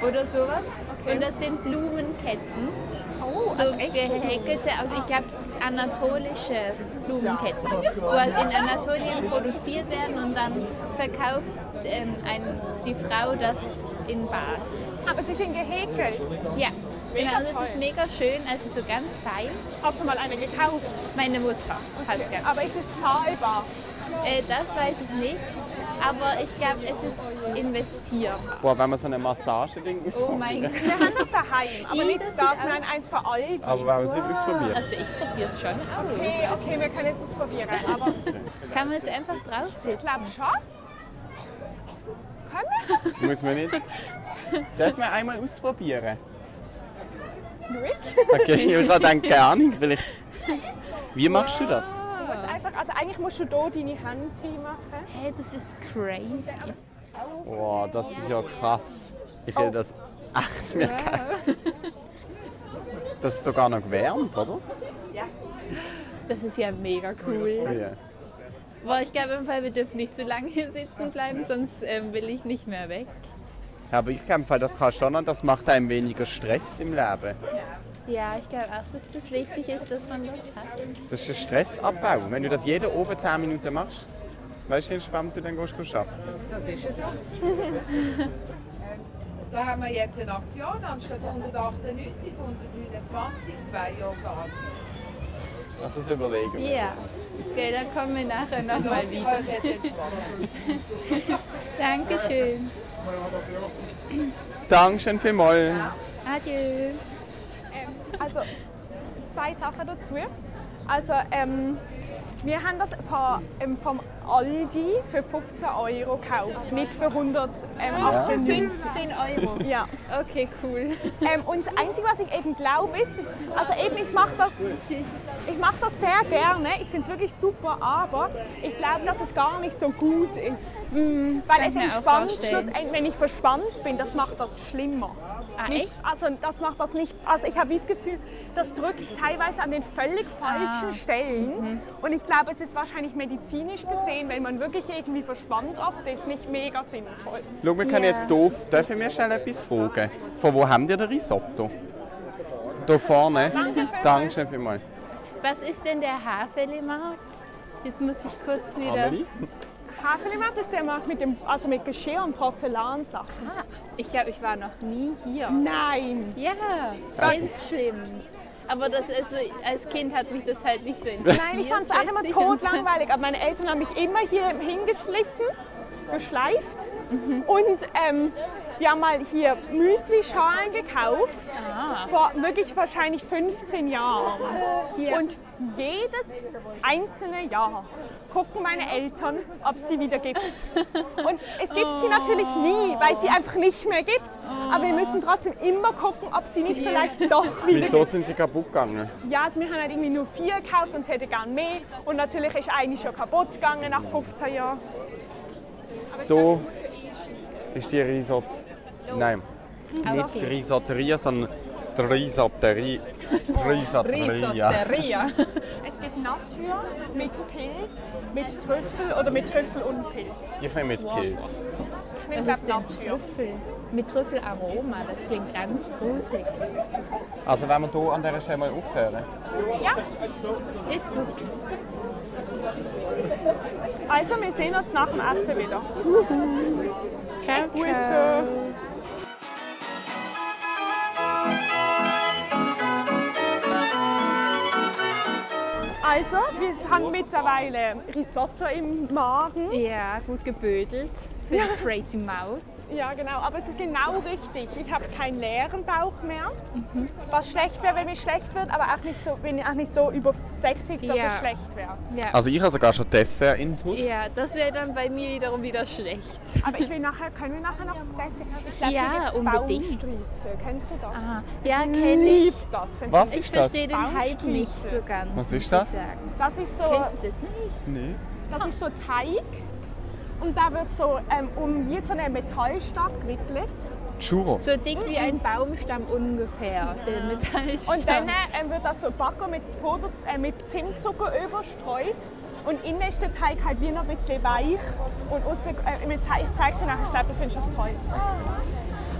[SPEAKER 2] Oder sowas. Und das sind Blumenketten.
[SPEAKER 1] Oh,
[SPEAKER 2] So
[SPEAKER 1] also echt.
[SPEAKER 2] gehäkelte, also ich glaube anatolische Blumenketten, wo halt in Anatolien produziert werden und dann verkauft ähm, ein, die Frau das in Basel.
[SPEAKER 1] Aber sie sind gehäkelt.
[SPEAKER 2] Ja,
[SPEAKER 1] Mega
[SPEAKER 2] genau, das ist
[SPEAKER 1] toll.
[SPEAKER 2] mega schön, also so ganz fein.
[SPEAKER 1] Hast du mal eine gekauft?
[SPEAKER 2] Meine Mutter hat ganz
[SPEAKER 1] Aber es ist zahlbar.
[SPEAKER 2] Äh, das weiß ich nicht, aber ich glaube, es ist investierbar.
[SPEAKER 3] Boah, wenn man so eine Massage-Ding ist.
[SPEAKER 2] Oh mein Gott.
[SPEAKER 1] Wir haben das daheim, aber
[SPEAKER 2] Ja,
[SPEAKER 1] nicht das,
[SPEAKER 2] das sieht
[SPEAKER 1] wir
[SPEAKER 2] aus-
[SPEAKER 1] haben eins für alle.
[SPEAKER 3] Aber wenn man es nicht ausprobiert.
[SPEAKER 2] Also ich probiere es schon aus.
[SPEAKER 1] Okay, okay, wir können es ausprobieren, aber ich
[SPEAKER 2] Kann man jetzt einfach drauf sitzen?
[SPEAKER 1] glaube schon. Können
[SPEAKER 3] Muss man nicht. Darf man einmal ausprobieren?
[SPEAKER 1] wir? Glück?
[SPEAKER 3] Okay, ich habe gedacht, keine Ahnung, vielleicht. Wie machst du das?
[SPEAKER 1] Du musst einfach, also eigentlich musst du hier deine Hände reinmachen.
[SPEAKER 2] Hey, das ist crazy.
[SPEAKER 3] Boah, das ist ja krass. Ich hätte das echt mir Das ist sogar noch gewärmt, oder?
[SPEAKER 2] Das ist ja mega cool.
[SPEAKER 3] Ja.
[SPEAKER 2] Boah, ich glaube im Fall, wir dürfen nicht zu lange hier sitzen bleiben, sonst ähm, will ich nicht mehr weg.
[SPEAKER 3] Aber ich glaube, im Fall, das kann schon und das macht einem weniger Stress im Leben.
[SPEAKER 2] Ja, ich glaube auch, dass das wichtig ist, dass man das hat.
[SPEAKER 3] Das ist ein Stressabbau. Wenn du das jede oben 10 Minuten machst, weißt du, wie entspannt du dann gehst, gehst arbeiten
[SPEAKER 5] Das ist es ja. da haben wir jetzt eine Aktion anstatt 198, 129, zwei Jahre alt.
[SPEAKER 3] Das ist überlegen.
[SPEAKER 2] Ja. Okay, dann kommen wir nachher nochmal
[SPEAKER 5] Lass ich
[SPEAKER 2] wieder.
[SPEAKER 5] euch jetzt entspannen.
[SPEAKER 2] Dankeschön.
[SPEAKER 3] Dankeschön vielmals.
[SPEAKER 2] Adieu.
[SPEAKER 1] Ähm, also zwei Sachen dazu. Also ähm, wir haben das von, ähm, vom Aldi für 15 Euro gekauft, nicht für ähm, 198.
[SPEAKER 2] 15 Euro.
[SPEAKER 1] Ja.
[SPEAKER 2] Okay, cool.
[SPEAKER 1] Ähm, und das Einzige, was ich eben glaube, ist, also eben, ich mache das, ich mache das sehr gerne, ich finde es wirklich super, aber ich glaube, dass es gar nicht so gut ist. Weil
[SPEAKER 2] Mhm, kann
[SPEAKER 1] es
[SPEAKER 2] ich mir auch
[SPEAKER 1] entspannt
[SPEAKER 2] vorstellen.
[SPEAKER 1] schlussendlich, wenn ich verspannt bin, das macht das schlimmer.
[SPEAKER 2] Ah,
[SPEAKER 1] nicht,
[SPEAKER 2] echt?
[SPEAKER 1] Also das macht das nicht, also ich habe wie das Gefühl, das drückt teilweise an den völlig falschen
[SPEAKER 2] Ah.
[SPEAKER 1] Stellen. Und ich glaube, es ist wahrscheinlich medizinisch gesehen, wenn man wirklich irgendwie verspannt oft ist, nicht mega sinnvoll.
[SPEAKER 3] Schau, wir können
[SPEAKER 2] Ja.
[SPEAKER 3] jetzt doof. Darf ich mir schnell etwas fragen? Von wo haben die den Risotto? Da vorne. Dankeschön vielmals.
[SPEAKER 2] Was ist denn der Haferlemarkt? Jetzt muss ich kurz wieder.
[SPEAKER 3] Amelie?
[SPEAKER 1] Haferlimat ist der Markt mit dem, also mit Geschirr und Porzellansachen.
[SPEAKER 2] Ah, ich glaube, ich war noch nie hier.
[SPEAKER 1] Nein.
[SPEAKER 2] Ja, ganz schlimm. Aber das, also, als Kind hat mich das halt nicht so interessiert.
[SPEAKER 1] Nein, ich fand es auch
[SPEAKER 2] schätze
[SPEAKER 1] immer
[SPEAKER 2] ich.
[SPEAKER 1] totlangweilig, aber meine Eltern haben mich immer hier hingeschliffen, geschleift und ähm, wir haben mal hier Müslischalen gekauft,
[SPEAKER 2] Ah.
[SPEAKER 1] vor wirklich wahrscheinlich 15 Jahren.
[SPEAKER 2] Hier.
[SPEAKER 1] Und jedes einzelne Jahr gucken meine Eltern, ob es die wieder gibt. Und es gibt sie natürlich nie, weil es sie einfach nicht mehr gibt. Aber wir müssen trotzdem immer gucken, ob sie nicht vielleicht doch wieder
[SPEAKER 3] Wieso sind sie kaputt gegangen?
[SPEAKER 1] Ja, also wir haben halt irgendwie nur vier gekauft und es hätte gern mehr. Und natürlich ist eine schon kaputt gegangen nach 15 Jahren. Aber ich
[SPEAKER 3] Da.
[SPEAKER 1] glaube, ich muss ja einsteigen.
[SPEAKER 3] Ist die Risotto.
[SPEAKER 2] Los.
[SPEAKER 3] Nein. Nicht die Risotteria, sondern die Risotterie. Risotteria.
[SPEAKER 2] Risotteria.
[SPEAKER 1] Es gibt Natur mit Pilz, mit Trüffel oder mit Trüffel und Pilz.
[SPEAKER 3] Ich nehme mit Pilz.
[SPEAKER 1] Ich nehme
[SPEAKER 2] Was ist
[SPEAKER 1] glaube
[SPEAKER 2] denn
[SPEAKER 1] Natur.
[SPEAKER 2] Trüffel? Mit Trüffelaroma, das klingt ganz gruselig.
[SPEAKER 3] Also wenn wir hier an dieser Stelle mal aufhören.
[SPEAKER 1] Ja,
[SPEAKER 2] Ist gut.
[SPEAKER 1] also wir sehen uns nach dem Essen wieder.
[SPEAKER 2] Ciao,
[SPEAKER 1] Gute.
[SPEAKER 2] ciao.
[SPEAKER 1] Also, wir haben mittlerweile Risotto im Magen.
[SPEAKER 2] Ja, gut gebödelt für die Crazy Mouths.
[SPEAKER 1] Ja, genau, aber es ist genau richtig. Ich habe keinen leeren Bauch mehr.
[SPEAKER 2] Mhm.
[SPEAKER 1] Was schlecht wäre, wenn mir schlecht wird, aber auch nicht so, wenn ich auch nicht so übersättigt, dass
[SPEAKER 2] Ja.
[SPEAKER 1] es schlecht wäre.
[SPEAKER 2] Ja.
[SPEAKER 3] Also ich habe sogar schon Dessert intus.
[SPEAKER 2] ja, das wäre dann bei mir wiederum wieder schlecht.
[SPEAKER 1] Aber ich will nachher, können wir nachher noch essen? Ich glaube,
[SPEAKER 2] Ja,
[SPEAKER 1] hier gibt's
[SPEAKER 2] unbedingt.
[SPEAKER 1] Baumstriezel. Kennst du das?
[SPEAKER 2] Ah, ja,
[SPEAKER 1] Ich
[SPEAKER 2] kenne ich.
[SPEAKER 1] liebe das. find's
[SPEAKER 3] Was?
[SPEAKER 1] nicht-
[SPEAKER 2] Ich
[SPEAKER 3] Ist das?
[SPEAKER 2] verstehe den Hype nicht so ganz.
[SPEAKER 3] Was ist
[SPEAKER 2] muss ich
[SPEAKER 3] das?
[SPEAKER 2] sagen.
[SPEAKER 1] Das ist so,
[SPEAKER 2] Kennst du das nicht?
[SPEAKER 3] Nee.
[SPEAKER 1] das ist so Teig und da wird so ähm, um wie so ein Metallstab gewickelt
[SPEAKER 3] Churros.
[SPEAKER 2] So dick wie ein Baumstamm ungefähr, der Metallstamm.
[SPEAKER 1] Ah. und dann ähm, wird das so backen mit, Puder, äh, mit Zimtzucker überstreut und innen ist der Teig halt wie noch ein bisschen weich und aussen, äh, ich zeige es dir nachher, ich glaube, du findest das toll.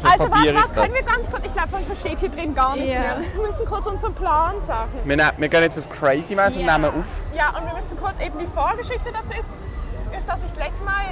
[SPEAKER 1] Also warte,
[SPEAKER 3] probiere ich
[SPEAKER 1] warte, können
[SPEAKER 3] das.
[SPEAKER 1] wir ganz kurz, ich glaube, man versteht hier drin gar nichts
[SPEAKER 2] Ja.
[SPEAKER 1] mehr. Wir müssen kurz unseren Plan sagen.
[SPEAKER 3] Wir, ne- wir gehen jetzt auf Crazy Mouse
[SPEAKER 2] Ja.
[SPEAKER 3] und nehmen auf.
[SPEAKER 1] Ja, und wir müssen kurz eben die Vorgeschichte dazu ist, ist, dass ich das letzte Mal,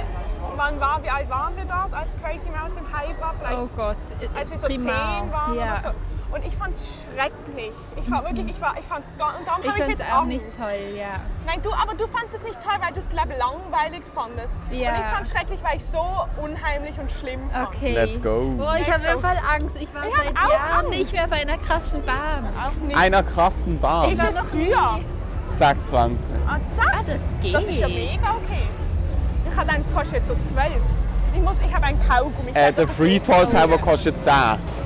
[SPEAKER 1] wann war, wie alt waren wir dort, als Crazy Mouse im Hype war, vielleicht
[SPEAKER 2] oh Gott,
[SPEAKER 1] als wir so zehn
[SPEAKER 2] prima.
[SPEAKER 1] waren
[SPEAKER 2] ja.
[SPEAKER 1] oder so. Und ich fand es schrecklich. Ich war wirklich, ich war, ich fand's gar, und darum
[SPEAKER 2] Ich
[SPEAKER 1] habe ich
[SPEAKER 2] fand es
[SPEAKER 1] jetzt
[SPEAKER 2] auch
[SPEAKER 1] Angst.
[SPEAKER 2] nicht toll, ja.
[SPEAKER 1] Nein, du, aber du fandest es nicht toll, weil du es glaube langweilig fandest.
[SPEAKER 2] Ja.
[SPEAKER 1] Und ich fand es schrecklich, weil ich so unheimlich und schlimm fand.
[SPEAKER 2] Okay.
[SPEAKER 3] Let's go.
[SPEAKER 2] Boah, ich
[SPEAKER 1] Let's
[SPEAKER 2] habe
[SPEAKER 1] go.
[SPEAKER 2] voll Angst. Ich war
[SPEAKER 1] Ich hab
[SPEAKER 2] seit
[SPEAKER 1] auch
[SPEAKER 2] Jahren
[SPEAKER 1] Angst.
[SPEAKER 2] nicht mehr bei einer krassen Bahn.
[SPEAKER 1] Auch nicht.
[SPEAKER 3] Einer krassen Bar.
[SPEAKER 1] ich war noch früher.
[SPEAKER 3] 6 Franken.
[SPEAKER 1] Ah, das,
[SPEAKER 2] Ah, das geht.
[SPEAKER 1] das ist ja mega okay. Ich habe gedacht, es kostet jetzt so zwölf. Ich muss, ich habe einen Kaugummi. Ich
[SPEAKER 3] Äh,
[SPEAKER 1] glaub,
[SPEAKER 3] der
[SPEAKER 1] das ist
[SPEAKER 3] Free
[SPEAKER 1] nicht
[SPEAKER 3] Fall
[SPEAKER 1] so.
[SPEAKER 3] selber kostet 10.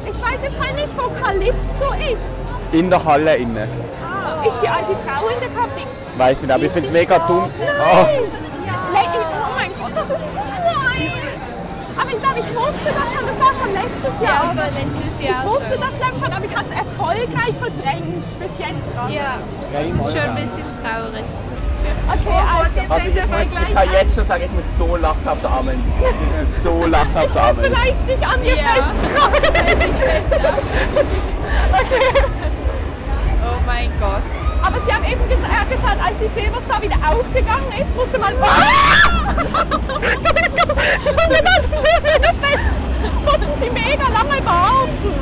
[SPEAKER 1] Ich weiß jetzt halt nicht, wo Calypso ist.
[SPEAKER 3] In der Halle innen.
[SPEAKER 1] Ah, ist die alte Frau in der Kabine.
[SPEAKER 3] Weiß nicht, aber ich finde es mega
[SPEAKER 1] Oh,
[SPEAKER 3] dumm. Oh.
[SPEAKER 1] Nein! Le- Oh mein Gott, das ist... Nein! Aber ich glaube, ich wusste das schon. Das war schon letztes Jahr.
[SPEAKER 2] Ja, das war letztes
[SPEAKER 1] Ich
[SPEAKER 2] Jahr
[SPEAKER 1] wusste
[SPEAKER 2] schon.
[SPEAKER 1] das glaube ich schon, aber ich habe es erfolgreich verdrängt bis jetzt. dran.
[SPEAKER 2] Ja, Oh das ist schon ein bisschen traurig.
[SPEAKER 1] Okay, also...
[SPEAKER 3] Also ich, muss, ich kann jetzt schon sagen, ich muss so lachen auf der Armen. Ich muss so lachen auf
[SPEAKER 1] Ich muss
[SPEAKER 3] der Armen.
[SPEAKER 1] vielleicht nicht an ihr
[SPEAKER 2] Ja.
[SPEAKER 1] festkrabbeln.
[SPEAKER 2] Oh mein Gott.
[SPEAKER 1] Aber sie haben eben gesagt, er hat gesagt, als die Silverstar wieder aufgegangen ist, musste man. Ah! mussten sie mega lange warten.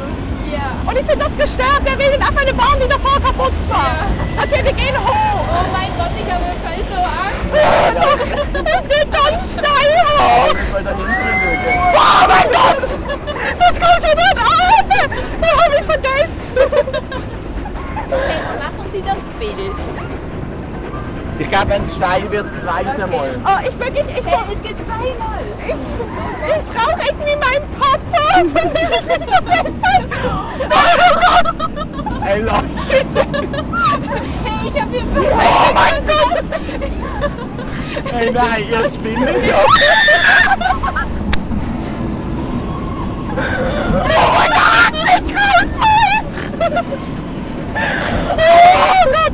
[SPEAKER 2] Ja.
[SPEAKER 1] Und ich sind das gestört, wir will auf eine Bahn, die davor kaputt war. Okay, wir gehen hoch.
[SPEAKER 2] Oh mein Gott, ich habe voll so Angst.
[SPEAKER 1] Es geht ganz steil hoch.
[SPEAKER 3] Ich wollte da hinten schauen.
[SPEAKER 1] Oh mein Gott! Das kommt schon dort an! Wir haben ihn vergessen!
[SPEAKER 2] Okay, machen Sie das Bild.
[SPEAKER 3] Ich glaube, wenn es steil wird, das zweite
[SPEAKER 2] Okay.
[SPEAKER 3] Mal.
[SPEAKER 1] Oh, ich wirklich, ich,
[SPEAKER 2] es gibt zweimal.
[SPEAKER 1] ich, ich brauche irgendwie meinen Papa! Und ich bin so halt. fest an-
[SPEAKER 3] Ey, Leute.
[SPEAKER 2] Hey, ich habe hier Bild.
[SPEAKER 3] Oh mein Gott! Ey, nein, ihr spinnt ja.
[SPEAKER 1] Oh Gott,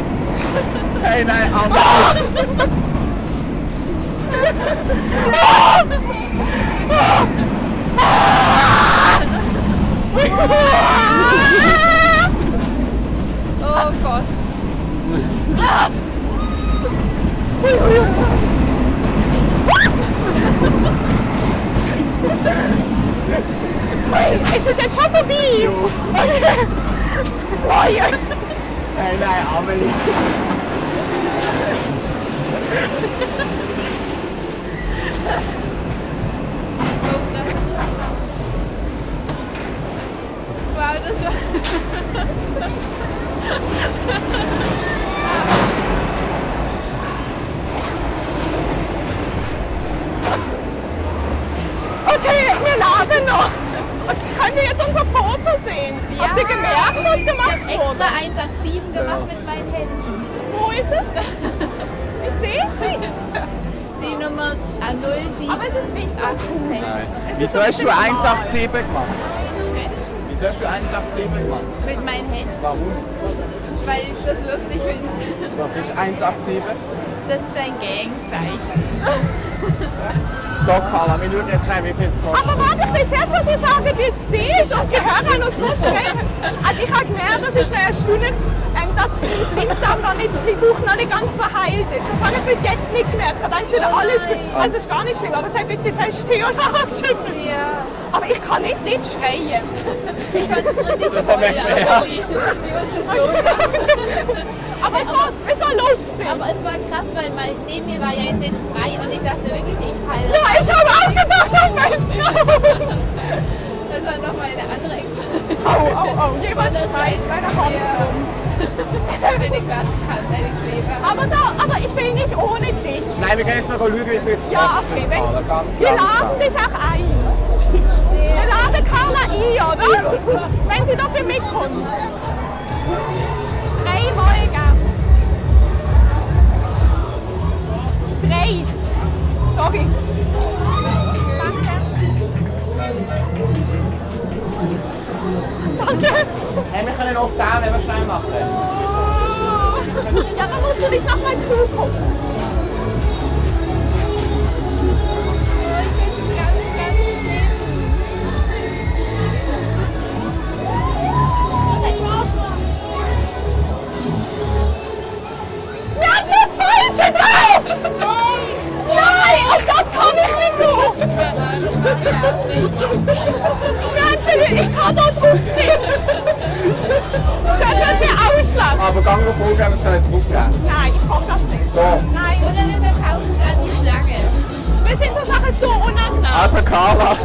[SPEAKER 3] Ey, nein, aber.
[SPEAKER 2] Oh Gott.
[SPEAKER 1] Ist das jetzt schon vorbei? Okay. Oi, oi.
[SPEAKER 3] Ey, nein, Amelie.
[SPEAKER 2] Wow, das war...
[SPEAKER 1] Okay, wir laden noch. Okay, können wir jetzt unser Foto sehen? Habt ihr gemerkt, was gemacht
[SPEAKER 2] Ich habe
[SPEAKER 1] wurde?
[SPEAKER 2] extra 187 gemacht mit meinen Händen.
[SPEAKER 1] Wo ist es? Ich sehe es nicht.
[SPEAKER 2] Die Nummer 07.
[SPEAKER 1] Aber es ist nicht so
[SPEAKER 3] Wieso hast du 187 gemacht? Wieso hast du 187 gemacht?
[SPEAKER 2] Mit meinen Händen,
[SPEAKER 3] Warum?
[SPEAKER 2] weil ich das lustig finde.
[SPEAKER 3] Das ist 187.
[SPEAKER 2] Das ist ein Gangzeichen.
[SPEAKER 3] So, Carla, wir schauen jetzt schnell, wie viel es kostet.
[SPEAKER 1] Aber warte, ich will zuerst was ich sagen, wie es war und gehört an uns vorstellen. Also ich habe gemerkt, das ist eine Stunde, ähm, dass die Blinddarm noch nicht, die Bauch noch nicht ganz verheilt ist. Das habe ich bis jetzt nicht gemerkt. Da ist wieder alles gut.
[SPEAKER 2] nein.
[SPEAKER 1] Also es ist gar nicht schlimm, aber es hat ein bisschen fest hier und angeschüttelt.
[SPEAKER 2] Ja.
[SPEAKER 1] Aber ich kann nicht, nicht schreien.
[SPEAKER 2] Ich konnte es nur nicht
[SPEAKER 3] war mir
[SPEAKER 2] spoilern,
[SPEAKER 3] schwer.
[SPEAKER 2] sorry. Also, Ich wusste so.
[SPEAKER 1] Aber es war, es war lustig.
[SPEAKER 2] Aber es war krass, weil mein, neben mir war ja ein Sitz frei und ich dachte wirklich, ich halte.
[SPEAKER 1] Ja, ich habe auch gedacht, am besten.
[SPEAKER 2] Das war nochmal eine andere Erfahrung.
[SPEAKER 1] Au, au, au, jemand
[SPEAKER 2] Das
[SPEAKER 1] schmeißt meine Hand um.
[SPEAKER 2] Ja. Wenn ich das kann, deine Kleber.
[SPEAKER 1] Aber, da, aber ich will nicht ohne dich.
[SPEAKER 3] Nein, wir können jetzt mal schauen, wie viel es
[SPEAKER 1] Ja, okay, wenn,
[SPEAKER 3] Carla, ganz
[SPEAKER 1] wir
[SPEAKER 3] langsam.
[SPEAKER 1] laden dich auch ein. Wir laden Carla ein, oder? Wenn sie dafür mitkommt. Drei Folgen. Drei. Sorry. Danke. Danke.
[SPEAKER 3] Hey, wir können auf den, wenn wir schnell machen.
[SPEAKER 1] Ja, da musst du dich nochmal zugucken.
[SPEAKER 3] zurückgeben, es kann nicht zurückgeben.
[SPEAKER 1] Nein, ich komm das nicht.
[SPEAKER 3] So.
[SPEAKER 1] Nein,
[SPEAKER 2] Oder wir verkaufen dann die Schlange.
[SPEAKER 1] wir sind so Sachen so unangenehm.
[SPEAKER 3] Also Carla,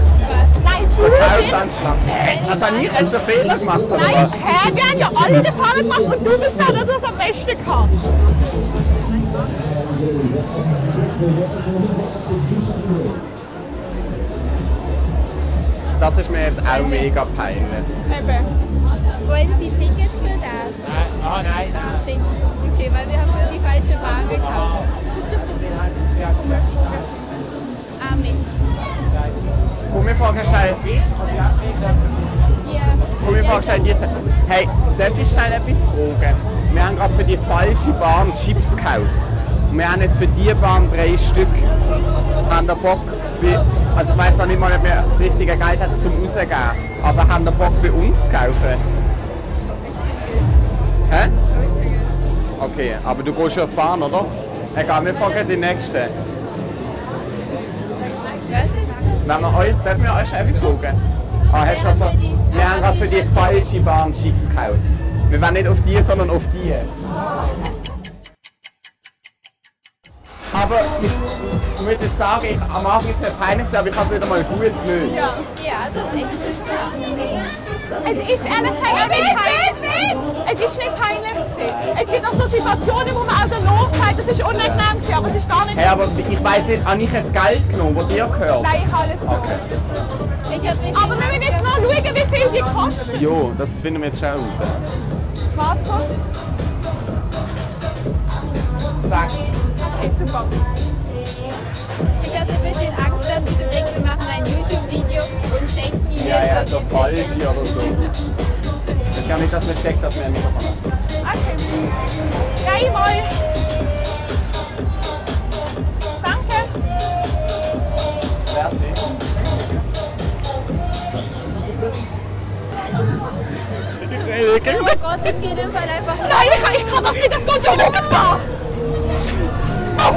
[SPEAKER 1] Nein, du
[SPEAKER 3] alles
[SPEAKER 1] bist...
[SPEAKER 3] anschlagen. Also habe ich einen Fehler gemacht, oder
[SPEAKER 1] Nein,
[SPEAKER 3] was?
[SPEAKER 1] hä? Wir haben ja alle den Fall gemacht und du bist der, der das am besten kann.
[SPEAKER 3] Das ist mir jetzt auch mega peinlich.
[SPEAKER 1] Eben.
[SPEAKER 2] Wollen Sie Tickets für das?
[SPEAKER 6] Nein, ah, nein, nein.
[SPEAKER 2] Shit. Okay, weil wir haben nur die falsche Bahn gekauft. Amen.
[SPEAKER 3] Komm, wir fragen schnell,
[SPEAKER 2] Ja.
[SPEAKER 3] komm, wir fragen schnell jetzt. Hey, darf ich schnell etwas fragen? Wir haben gerade für die falsche Bahn Chips gekauft. Und wir haben jetzt für diese Bahn drei Stück. Haben der Bock, bei- also ich weiß noch nicht mal, ob wir das richtige Geld hat zum Rausgeben. Aber haben der Bock bei uns zu kaufen? Hä? Okay, aber du gehst ja auf die Bahn, oder? Egal, wir fragen die nächste.
[SPEAKER 2] Was ist das?
[SPEAKER 3] Wenn wir euch, dürfen wir euch etwas fragen? Ah, hast du
[SPEAKER 2] Wir haben
[SPEAKER 3] schon-
[SPEAKER 2] für die-
[SPEAKER 3] wir haben gerade für die falsche Bahn Chips gekauft. Wir wollen nicht auf die, sondern auf die. Aber ich muss jetzt sagen, ich, am Anfang ist es mir peinlich, aber ich habe es wieder mal gut gelöst.
[SPEAKER 1] Ja.
[SPEAKER 2] Ja, das ist interessant.
[SPEAKER 1] Es ist ehrlich gesagt nicht peinlich. Es ist nicht peinlich. gewesen. Es gibt auch so Situationen, wo man auch den Not sagt, das ist unangenehm gewesen, aber es ist gar nicht...
[SPEAKER 3] Hey, aber ich weiss nicht, habe ich jetzt Geld genommen, das dir gehört?
[SPEAKER 1] Nein, ich habe alles genommen.
[SPEAKER 2] Ich habe mich
[SPEAKER 1] Aber wir müssen jetzt noch schauen, wie viel die kosten.
[SPEAKER 3] Jo, das finden wir jetzt schnell raus.
[SPEAKER 1] Was kostet? Okay, super.
[SPEAKER 2] Ich hatte ein bisschen Angst, dass ich so denke, wir machen ein YouTube-Video und schenken ihm
[SPEAKER 3] Ja, ja,
[SPEAKER 2] jetzt
[SPEAKER 3] so
[SPEAKER 2] so
[SPEAKER 3] falsch oder so. Ich kann nicht, dass man checkt, dass wir ein Mikrofon haben.
[SPEAKER 1] Okay. Jawohl. Danke.
[SPEAKER 3] Merci.
[SPEAKER 2] Oh mein Gott, das geht im Fall einfach nicht.
[SPEAKER 1] Nein, ich, ich kann das nicht, das geht ja nicht mehr. Auf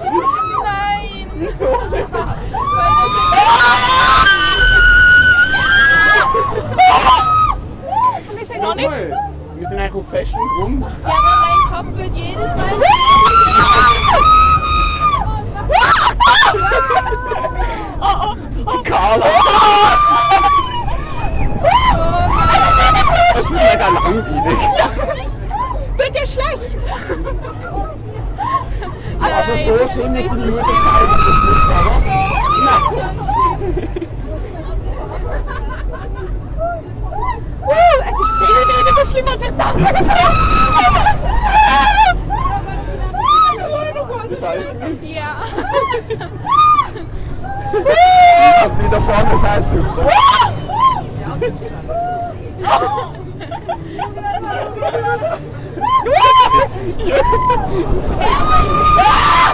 [SPEAKER 2] Nein! Weil
[SPEAKER 1] Wir sind noch nicht...
[SPEAKER 3] Wir sind eigentlich auf festem Grund.
[SPEAKER 2] das, ja, aber mein Kopf wird jedes Mal.
[SPEAKER 1] Oh, oh, oh.
[SPEAKER 3] Carla! Das ist mega langweilig.
[SPEAKER 1] Wird dir schlecht?
[SPEAKER 3] Also
[SPEAKER 2] Nein,
[SPEAKER 3] so schlimm ist
[SPEAKER 2] das ist
[SPEAKER 3] die
[SPEAKER 2] nicht so
[SPEAKER 3] Minute
[SPEAKER 2] schlimm.
[SPEAKER 3] 30 nicht, oder?
[SPEAKER 1] Uh, es ist viel weniger schlimm, als ich dachte.
[SPEAKER 3] Das heißt,
[SPEAKER 2] Ja.
[SPEAKER 3] ab wieder vorne das heißt super.
[SPEAKER 2] um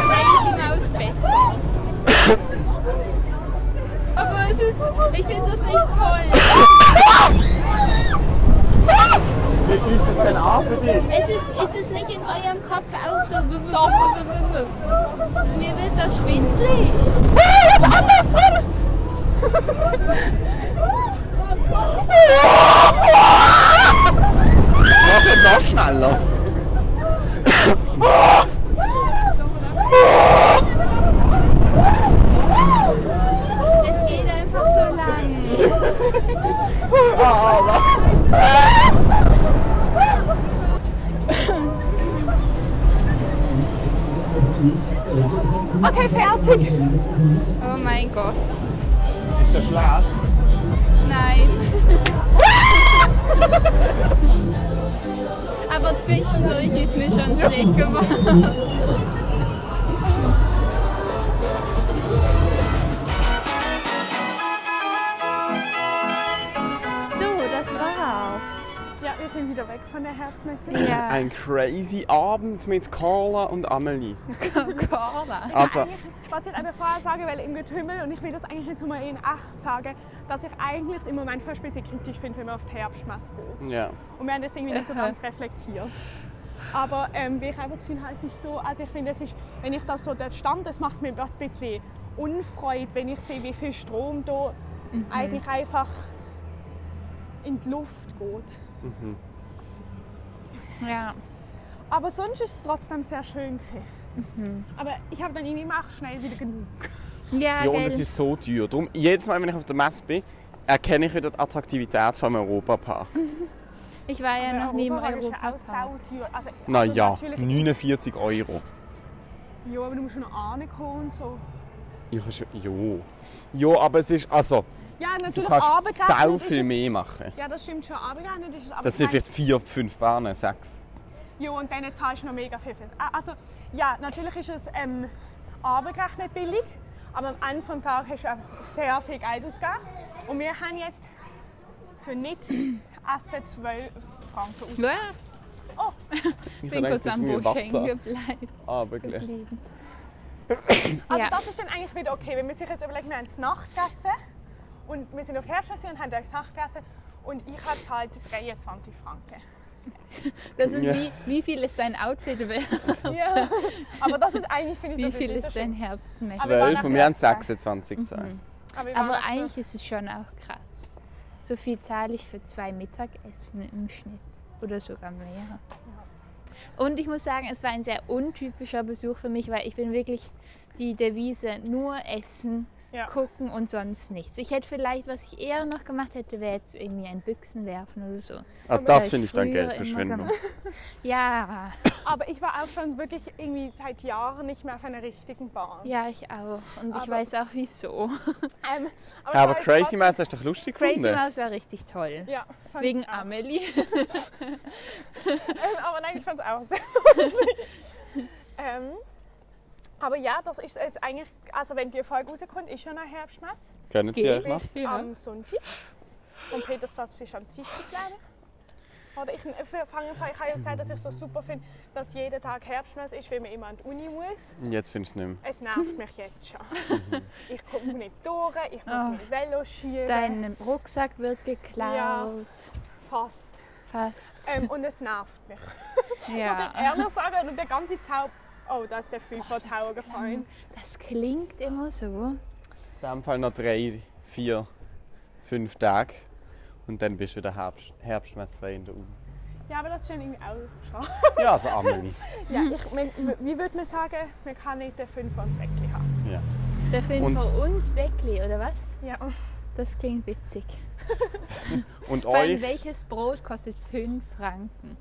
[SPEAKER 2] Crazy Maus besser. Aber es ist. Ich finde das nicht toll.
[SPEAKER 3] Wie fühlt es sich denn an für dich?
[SPEAKER 2] Es ist, es ist nicht in eurem Kopf auch so. wuh, wuh, wuh, wuh, wuh, wuh. Mir wird das schwindelig.
[SPEAKER 3] Mach es noch schneller.
[SPEAKER 2] Es geht einfach so lang.
[SPEAKER 1] Okay, fertig.
[SPEAKER 2] Oh mein Gott.
[SPEAKER 3] Ist das schlecht?
[SPEAKER 2] Nein. Aber zwischendurch ist mir schon schlecht geworden. So, das war's.
[SPEAKER 1] Ja, wir sind wieder wieder weg von der Herzmesse.
[SPEAKER 2] Ja,
[SPEAKER 3] Ein crazy Abend mit Carla und Amelie.
[SPEAKER 2] Korba.
[SPEAKER 3] Also,
[SPEAKER 1] Was ich eben vorher sagen will im Getümmel, und ich will das eigentlich jetzt nochmal in Acht sagen, dass ich eigentlich es im Moment fast ein bisschen kritisch finde, wenn man auf die Herbstmesse geht.
[SPEAKER 3] ja.
[SPEAKER 1] Und wir haben das irgendwie nicht so
[SPEAKER 2] Aha.
[SPEAKER 1] ganz reflektiert. Aber ähm, wie ich einfach das Gefühl habe, es ist so, also ich finde, es ist, wenn ich das so dort stand, das macht mir was ein bisschen Unfreud, wenn ich sehe, wie viel Strom da
[SPEAKER 2] Mhm.
[SPEAKER 1] eigentlich einfach in die Luft geht.
[SPEAKER 2] Ja.
[SPEAKER 1] Aber sonst ist es trotzdem sehr schön gewesen.
[SPEAKER 2] Mhm.
[SPEAKER 1] Aber ich habe dann irgendwie immer auch schnell wieder genug.
[SPEAKER 2] Ja,
[SPEAKER 3] ja, und
[SPEAKER 2] gell.
[SPEAKER 3] es ist so teuer. Darum, jedes Mal, wenn ich auf der Messe bin, erkenne ich wieder die Attraktivität vom Europapark.
[SPEAKER 2] ich war ja noch nie im
[SPEAKER 1] Europa ist ja auch
[SPEAKER 2] Europapark.
[SPEAKER 1] sauteuer. Also,
[SPEAKER 3] Na
[SPEAKER 1] also
[SPEAKER 3] ja,
[SPEAKER 1] natürlich-
[SPEAKER 3] 49 Euro.
[SPEAKER 1] Ja, aber du musst schon noch ankommen und so.
[SPEAKER 3] Ich habe schon- Jo. Jo, aber es ist, also,
[SPEAKER 1] Ja,
[SPEAKER 3] du
[SPEAKER 1] natürlich
[SPEAKER 3] kannst
[SPEAKER 1] abgerechnet
[SPEAKER 3] sau
[SPEAKER 1] ist
[SPEAKER 3] viel
[SPEAKER 1] es-
[SPEAKER 3] mehr machen.
[SPEAKER 1] Ja, das stimmt schon. Abgerechnet ist es aber
[SPEAKER 3] Das sind
[SPEAKER 1] ich mein-
[SPEAKER 3] vielleicht vier, fünf Bahnen, sechs.
[SPEAKER 1] Ja, und dann zahlst du noch mega viel fürs. Ah, Also, ja, natürlich ist es ähm, abgerechnet billig, aber am Ende des Tages hast du einfach sehr viel Geld ausgegeben. Und wir haben jetzt für nicht Essen 12 Franken ausgegeben.
[SPEAKER 2] Ja,
[SPEAKER 3] Ich
[SPEAKER 2] ich bin kurz am Busch hängen
[SPEAKER 3] Wasser Ah,
[SPEAKER 2] geblieben.
[SPEAKER 3] runtergelegt.
[SPEAKER 1] Also
[SPEAKER 2] Ja.
[SPEAKER 1] das ist dann eigentlich wieder okay, wenn man sich jetzt überlegt, wir haben es Nacht gegessen und wir sind auf die Herbstmesse und haben das Nacht gegessen und ich habe zahlt 23 Franken.
[SPEAKER 2] Das ist
[SPEAKER 3] Ja.
[SPEAKER 2] wie, wie viel ist dein Outfit wert?
[SPEAKER 1] Ja. Aber das ist eigentlich, finde ich,
[SPEAKER 2] Wie
[SPEAKER 1] das
[SPEAKER 2] viel
[SPEAKER 1] nicht so
[SPEAKER 2] ist dein
[SPEAKER 1] schlimm.
[SPEAKER 2] Herbstmesser?
[SPEAKER 1] Aber wir waren
[SPEAKER 3] Zwölf und wir haben
[SPEAKER 1] nachher-
[SPEAKER 3] 26 gezahlt.
[SPEAKER 1] Aber, wir waren
[SPEAKER 2] Aber
[SPEAKER 1] nachher-
[SPEAKER 2] eigentlich ist es schon auch krass. So viel zahle ich für zwei Mittagessen im Schnitt oder sogar mehr. Und ich muss sagen, es war ein sehr untypischer Besuch für mich, weil ich bin wirklich die Devise nur essen,
[SPEAKER 1] Ja.
[SPEAKER 2] gucken und sonst nichts. Ich hätte vielleicht, was ich eher noch gemacht hätte, wäre jetzt irgendwie ein Büchsen werfen oder so.
[SPEAKER 3] Ah,
[SPEAKER 2] Weil
[SPEAKER 3] das finde ich dann
[SPEAKER 2] früher immer
[SPEAKER 3] Geldverschwendung.
[SPEAKER 2] gemacht- Ja,
[SPEAKER 1] aber ich war auch schon wirklich irgendwie seit Jahren nicht mehr auf einer richtigen Bahn.
[SPEAKER 2] ja, ich auch. Und ich
[SPEAKER 1] Aber-
[SPEAKER 2] weiß auch wieso.
[SPEAKER 1] Ähm,
[SPEAKER 3] Ja, aber
[SPEAKER 1] es war
[SPEAKER 3] Crazy
[SPEAKER 1] trotzdem-
[SPEAKER 3] Mouse hast du doch lustig
[SPEAKER 2] Crazy
[SPEAKER 3] gefunden.
[SPEAKER 2] Mouse war richtig toll.
[SPEAKER 1] Ja, fand
[SPEAKER 2] Wegen
[SPEAKER 1] ich auch.
[SPEAKER 2] Amelie.
[SPEAKER 1] Ähm, aber nein, ich fand es auch sehr lustig. ähm, aber ja, das ist jetzt eigentlich, also wenn die Folge rauskommt, ist schon eine Herbstmesse.
[SPEAKER 3] Können Sie
[SPEAKER 2] Geh.
[SPEAKER 3] euch machen?
[SPEAKER 1] bis
[SPEAKER 2] Ja.
[SPEAKER 1] am Sonntag. Und Petersplatz ist am Dienstag, glaube ich. Oder ich fange an, ich habe ja gesagt, dass ich so super finde, dass jeden Tag Herbstmesse ist, wenn man immer an die Uni muss.
[SPEAKER 3] Jetzt findest du es nicht mehr.
[SPEAKER 1] Es nervt mich jetzt schon. ich komme nicht durch, ich muss
[SPEAKER 2] Ah.
[SPEAKER 1] mein Velo schieben.
[SPEAKER 2] Dein Rucksack wird geklaut.
[SPEAKER 1] Ja. Fast.
[SPEAKER 2] Fast.
[SPEAKER 1] Ähm, und es nervt mich. Muss ich
[SPEAKER 2] ja.
[SPEAKER 1] ehrlich sagen, und der ganze Zauber... Oh, da ist der FIFA Tower gefallen.
[SPEAKER 2] Das klingt immer so.
[SPEAKER 3] In dem Fall noch drei, vier, fünf Tage. Und dann bist du wieder Herbst, Herbstmesse frei in der U.
[SPEAKER 1] Ja, aber das ist dann irgendwie auch schade.
[SPEAKER 3] Ja, also Amelie.
[SPEAKER 1] Ja, ich, mein, wie würde man sagen, man kann nicht den Fünfer und Zweckli haben.
[SPEAKER 3] Ja.
[SPEAKER 2] Der Film
[SPEAKER 3] Und-
[SPEAKER 2] von uns Weckli, oder was?
[SPEAKER 1] Ja.
[SPEAKER 2] Das klingt witzig.
[SPEAKER 3] Und
[SPEAKER 2] Vor allem,
[SPEAKER 3] euch?
[SPEAKER 2] welches Brot kostet 5 Franken?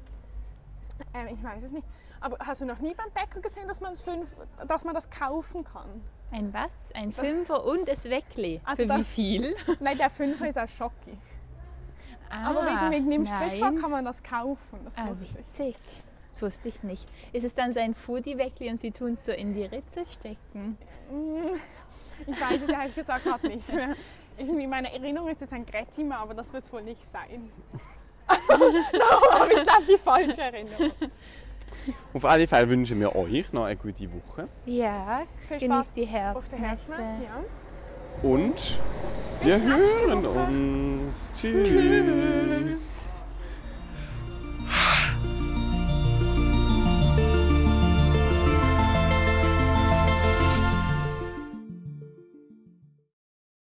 [SPEAKER 1] Ähm, ich weiß es nicht. Aber hast du noch nie beim Bäcker gesehen, dass man das, fünf, dass man das kaufen kann?
[SPEAKER 2] Ein was? Ein Fünfer und es Weckli.
[SPEAKER 1] Also
[SPEAKER 2] Für
[SPEAKER 1] da-
[SPEAKER 2] wie viel?
[SPEAKER 1] Nein, der Fünfer ist ein Schocki. Aber
[SPEAKER 2] Ah,
[SPEAKER 1] wegen, wegen dem Fünfer
[SPEAKER 2] nein.
[SPEAKER 1] kann man das kaufen. Das
[SPEAKER 2] Ah,
[SPEAKER 1] wusste ich.
[SPEAKER 2] witzig. Das wusste ich nicht. Ist es dann so ein Foodie-Weckli und sie tun es so in die Ritze stecken?
[SPEAKER 1] Ich weiß es ehrlich gesagt gerade nicht mehr. Irgendwie in meiner Erinnerung ist es ein Grettimer, aber das wird es wohl nicht sein. Darum habe ich glaube die falsche Erinnerung.
[SPEAKER 3] Auf alle Fälle wünschen wir euch noch eine gute Woche.
[SPEAKER 2] Ja,
[SPEAKER 1] Viel Spaß
[SPEAKER 2] genießt die
[SPEAKER 1] auf der
[SPEAKER 2] Herbstmesse.
[SPEAKER 1] Herbstmesse. Ja.
[SPEAKER 3] Und wir hören uns. Tschüss.